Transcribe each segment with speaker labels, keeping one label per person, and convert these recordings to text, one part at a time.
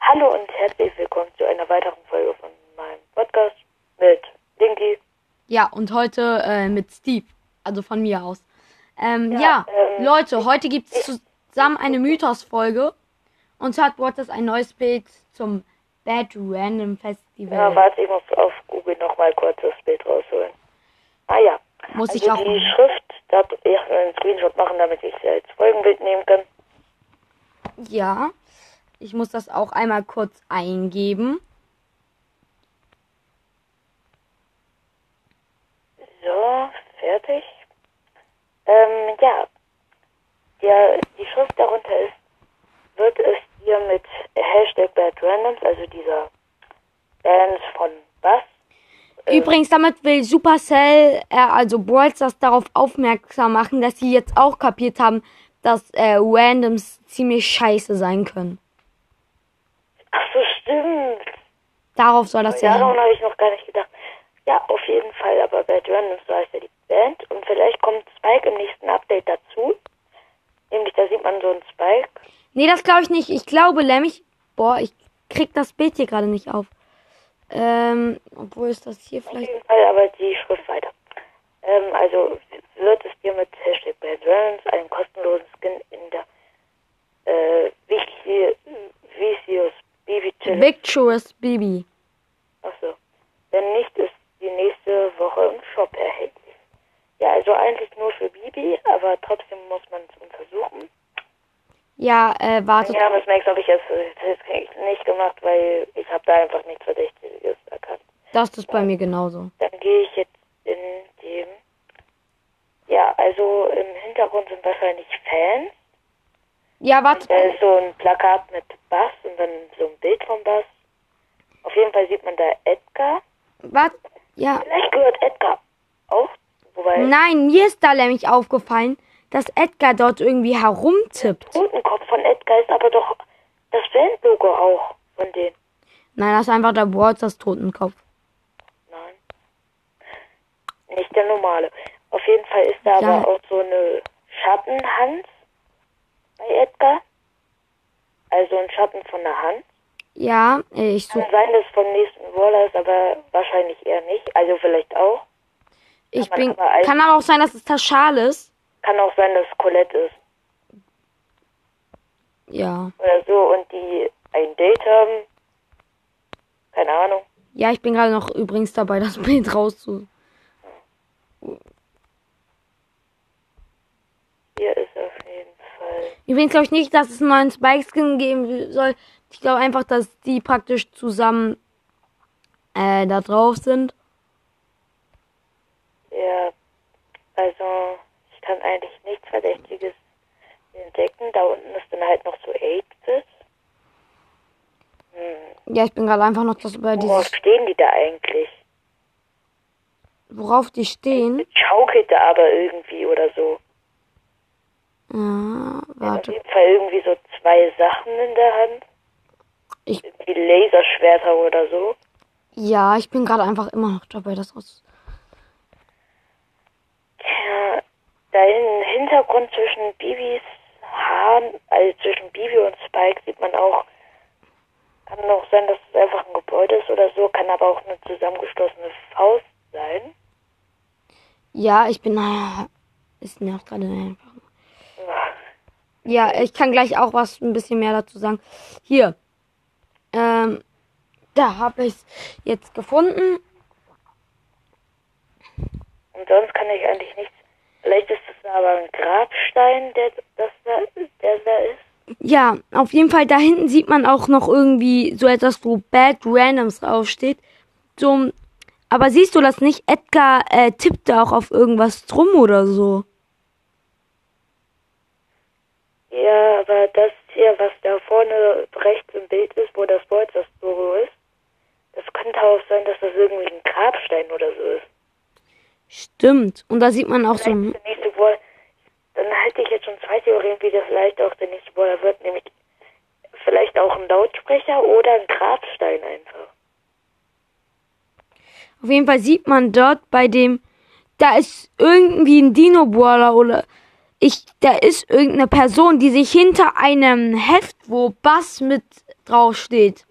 Speaker 1: Hallo und herzlich willkommen zu einer weiteren Folge von meinem Podcast mit Linky.
Speaker 2: Ja, und heute äh, mit Steve, also von mir aus. Ähm, ja, Leute, heute gibt es zusammen eine Mythos-Folge. Und zwar hat Waters ein neues Bild zum Bad Random Festival.
Speaker 1: Na, warte, ich muss auf Google nochmal kurz das Bild rausholen. Ah ja.
Speaker 2: Muss
Speaker 1: also
Speaker 2: ich auch
Speaker 1: die
Speaker 2: machen.
Speaker 1: Schrift, da hab ich einen Screenshot machen, damit ich sie als Folgenbild nehmen kann.
Speaker 2: Ja, ich muss das auch einmal kurz eingeben.
Speaker 1: So, fertig. Ähm, ja. Der, die Schrift darunter ist, wird es hier mit Hashtag Bad Randoms, also dieser Band von Bass,
Speaker 2: Übrigens, damit will Supercell, äh, also Brawl Stars, darauf aufmerksam machen, dass sie jetzt auch kapiert haben, dass äh, Randoms ziemlich scheiße sein können.
Speaker 1: Ach so, stimmt.
Speaker 2: Darauf soll das ja,
Speaker 1: Ja, daran
Speaker 2: hin.
Speaker 1: habe ich noch gar nicht gedacht. Ja, auf jeden Fall, aber Bad Randoms, so heißt ja die Band. Und vielleicht kommt Spike im nächsten Update dazu. Nämlich, da sieht man so einen Spike.
Speaker 2: Nee, das glaube ich nicht. Ich glaube nämlich, boah, ich krieg das Bild hier gerade nicht auf. Ähm, obwohl ist das hier
Speaker 1: Auf
Speaker 2: vielleicht.
Speaker 1: jeden Fall, aber die Schrift weiter. Ähm, also wird es dir mit Hashtag Bad Randoms einen kostenlosen Skin in der äh, Vici- Vicious Baby Challenge.
Speaker 2: Victorious Baby.
Speaker 1: Achso. Wenn nicht, ist die nächste Woche im Shop erhältlich. Ja, also eigentlich nur für Bibi, aber trotzdem muss man es untersuchen.
Speaker 2: Ja, äh, wartet.
Speaker 1: Ja, Miss Max habe ich jetzt, jetzt nicht gemacht, weil ich habe da einfach nichts Verdächtiges erkannt.
Speaker 2: Das ist bei mir genauso.
Speaker 1: Dann gehe ich jetzt in dem... Ja, also im Hintergrund sind wahrscheinlich Fans.
Speaker 2: Ja, wartet.
Speaker 1: Da ist so ein Plakat mit Bass und dann so ein Bild vom Bass. Auf jeden Fall sieht man da Edgar.
Speaker 2: Wartet. Ja.
Speaker 1: Vielleicht gehört Edgar auch, wobei...
Speaker 2: Nein, mir ist da nämlich aufgefallen, dass Edgar dort irgendwie herumtippt.
Speaker 1: Totenkopf von Edgar ist aber doch das Bandlogo auch von denen.
Speaker 2: Nein, das ist einfach der Walters Totenkopf.
Speaker 1: Nein. Nicht der normale. Auf jeden Fall ist da
Speaker 2: Ja.
Speaker 1: aber auch so eine Schattenhand bei Edgar. Also ein Schatten von der Hand.
Speaker 2: Ja, äh, ich such,
Speaker 1: Kann sein, dass es vom nächsten Waller ist, aber wahrscheinlich eher nicht. Also vielleicht auch.
Speaker 2: ich
Speaker 1: man
Speaker 2: bin,
Speaker 1: aber als-
Speaker 2: kann aber auch sein, dass es Taschal ist.
Speaker 1: Kann auch sein, dass es Colette ist
Speaker 2: Ja.
Speaker 1: oder so und die ein Date haben. Keine Ahnung.
Speaker 2: Ja, ich bin gerade noch übrigens dabei, das Bild rauszu.
Speaker 1: Hier ist auf jeden Fall.
Speaker 2: Übrigens glaube ich nicht, dass es einen neuen Spike-Skin geben soll. Ich glaube einfach, dass die praktisch zusammen äh, da drauf sind.
Speaker 1: Ja, also ich kann eigentlich nichts Verdächtiges entdecken. Da unten ist dann halt noch so 8-Bit.
Speaker 2: Ja, ich bin gerade einfach noch das über
Speaker 1: Worauf
Speaker 2: dieses,
Speaker 1: stehen die da eigentlich?
Speaker 2: worauf die stehen.
Speaker 1: Schaukelte aber irgendwie oder so. Auf
Speaker 2: Ja, Ah, warte.
Speaker 1: jeden Fall irgendwie so zwei Sachen in der Hand.
Speaker 2: Ich-
Speaker 1: Irgendwie Laserschwerter oder so.
Speaker 2: Ja, ich bin gerade einfach immer noch dabei, das raus.
Speaker 1: Tja, da im Hintergrund zwischen Bibis Haaren, also zwischen Bibi und Spike sieht man auch, kann auch sein, dass es einfach ein Gebäude ist oder so, kann aber auch eine zusammengeschlossene Faust sein.
Speaker 2: Ja, ich bin. ah, Ist mir auch gerade einfach. Ja, ich kann gleich auch was ein bisschen mehr dazu sagen. Hier. Ähm, da habe ich jetzt gefunden.
Speaker 1: Und sonst kann ich eigentlich nichts. Vielleicht ist es aber ein Grabstein, der das da, der da ist.
Speaker 2: Ja, auf jeden Fall, da hinten sieht man auch noch irgendwie so etwas, wo Bad Randoms draufsteht. So, aber siehst du das nicht? Edgar äh, tippt da auch auf irgendwas drum oder so.
Speaker 1: Ja, aber das hier, was da vorne rechts im Bild ist, wo das Bolz das Büro ist, das könnte auch sein, dass das irgendwie ein Grabstein oder so ist.
Speaker 2: Stimmt. Und da sieht man auch so.
Speaker 1: Vielleicht ist der nächste Ball, dann halte ich jetzt schon zwei Theorien, wie das vielleicht auch der nächste Baller wird, nämlich vielleicht auch ein Lautsprecher oder ein Grabstein einfach.
Speaker 2: Auf jeden Fall sieht man dort bei dem, da ist irgendwie ein Dino-Brawler oder ich, da ist irgendeine Person, die sich hinter einem Heft, wo Bass mit draufsteht,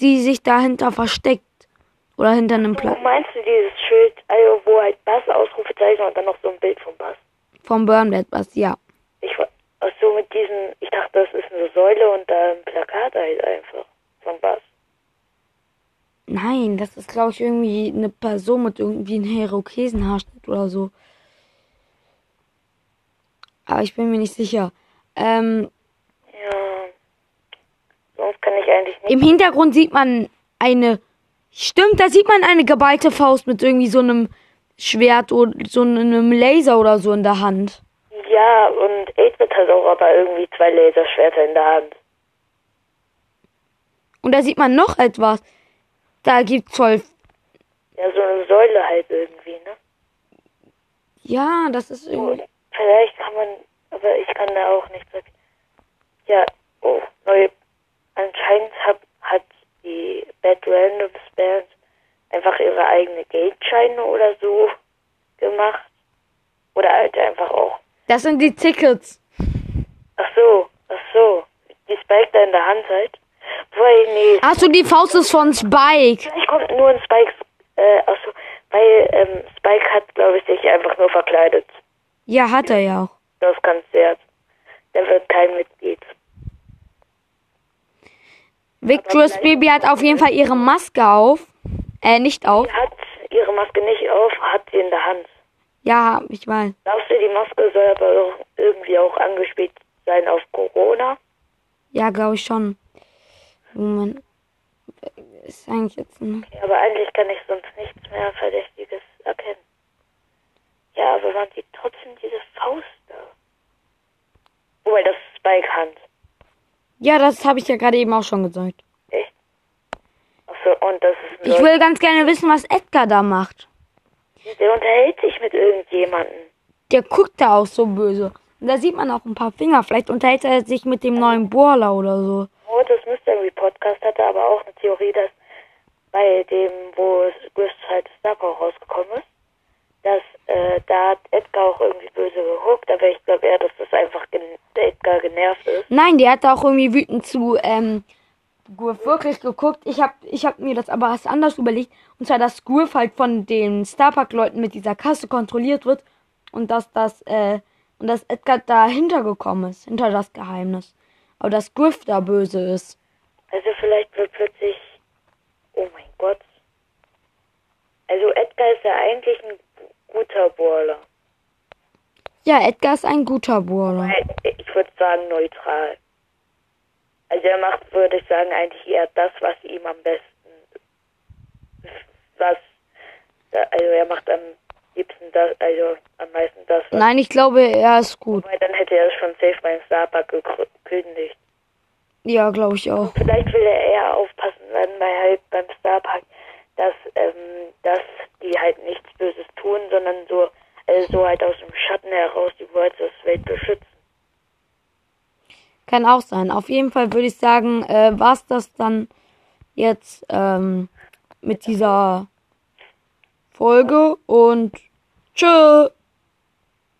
Speaker 2: die sich dahinter versteckt. Oder hinter einem Platz.
Speaker 1: Meinst du dieses Schild, also wo halt Bass Ausrufezeichen und dann noch so ein Bild von Bass?
Speaker 2: Vom Burnblatt, was, ja.
Speaker 1: Ich war ach so mit diesen, ich dachte, das ist eine Säule und da ein Plakat halt einfach von Bass.
Speaker 2: Nein, das ist, glaube ich, irgendwie eine Person mit irgendwie einem Herokesenhaarschnitt oder so. Aber ich bin mir nicht sicher. Ähm,
Speaker 1: Ja. Sonst kann ich eigentlich nicht.
Speaker 2: Im Hintergrund sieht man eine. Stimmt, da sieht man eine geballte Faust mit irgendwie so einem Schwert oder so einem Laser oder so in der Hand.
Speaker 1: Ja, und Edward hat auch aber irgendwie zwei Laserschwerter in der Hand.
Speaker 2: Und da sieht man noch etwas. Da gibt's voll.
Speaker 1: Ja, so eine Säule halt irgendwie, ne?
Speaker 2: Ja, das ist irgendwie.
Speaker 1: Vielleicht kann man, aber ich kann da auch nichts sagen. Ja, oh, neu. Anscheinend hab, hat die Bad Randoms Band einfach ihre eigene Geldscheine oder so gemacht. Oder halt einfach auch.
Speaker 2: Das sind die Tickets.
Speaker 1: Ach so, ach so. Die Spike da in der Hand halt. Weil, nee,
Speaker 2: Achso, die Faust ist von Spike.
Speaker 1: vielleicht kommt nur ein Spikes, äh, ach so, weil, ähm, Spike hat, glaube ich, sich einfach nur verkleidet.
Speaker 2: Ja, hat er ja auch.
Speaker 1: Das Konzert. Der wird kein Mitglied.
Speaker 2: Victorious Baby hat auf jeden Fall ihre Maske auf. Äh, nicht auf.
Speaker 1: hat ihre Maske nicht auf, hat sie in der Hand.
Speaker 2: Ja, ich weiß.
Speaker 1: Glaubst du, die Maske soll aber auch irgendwie auch angespielt sein auf Corona?
Speaker 2: Ja, glaube ich schon. Moment. Ist eigentlich jetzt ne? ein.
Speaker 1: Ja, aber eigentlich kann ich sonst nichts mehr Verdächtiges erkennen. Ja, aber man sieht trotzdem diese Faust da. Wobei, das ist Spike Hand.
Speaker 2: Ja, das habe ich ja gerade eben auch schon gesagt.
Speaker 1: Echt? Achso, und das ist
Speaker 2: Ich
Speaker 1: ein
Speaker 2: will ganz gerne wissen, was Edgar da macht.
Speaker 1: Leut- Der unterhält sich mit irgendjemandem.
Speaker 2: Der guckt da auch so böse. Und da sieht man auch ein paar Finger. Vielleicht unterhält er sich mit dem neuen Bohrler oder so.
Speaker 1: Mortis Mystery Podcast hatte aber auch eine Theorie, dass bei dem, wo Griff's halt Star Power rausgekommen ist, dass äh, da hat Edgar auch irgendwie böse geguckt, aber ich glaube eher, dass das einfach gen Edgar genervt ist.
Speaker 2: Nein, der hat da auch irgendwie wütend zu ähm, Squiff wirklich geguckt. Ich hab, ich hab mir das aber was anders überlegt. Und zwar, dass Squiff halt von den Starpark-Leuten mit dieser Kasse kontrolliert wird. Und dass das, äh, und dass Edgar dahinter gekommen ist. Hinter das Geheimnis. Aber dass Squiff da böse ist.
Speaker 1: Also vielleicht wird plötzlich, oh mein Gott. Also Edgar ist ja eigentlich ein guter Brawler.
Speaker 2: Ja, Edgar ist ein guter Bohrer.
Speaker 1: Ich würde sagen neutral. Also er macht, würde ich sagen, eigentlich eher das, was ihm am besten, was, also er macht am liebsten das, also am meisten das, was,
Speaker 2: Nein, ich glaube, er ist gut.
Speaker 1: weil dann hätte er schon safe beim Starbuck gekr- gekündigt.
Speaker 2: Ja, glaube ich auch.
Speaker 1: Vielleicht will er eher aufpassen, wenn bei halt beim Starbuck, dass, ähm, dass die halt nichts Böses tun, sondern so, also so halt aus dem Schatten heraus die Worlds Welt beschützen.
Speaker 2: Kann auch sein. Auf jeden Fall würde ich sagen, äh, war es das dann jetzt ähm, mit dieser Folge und tschö.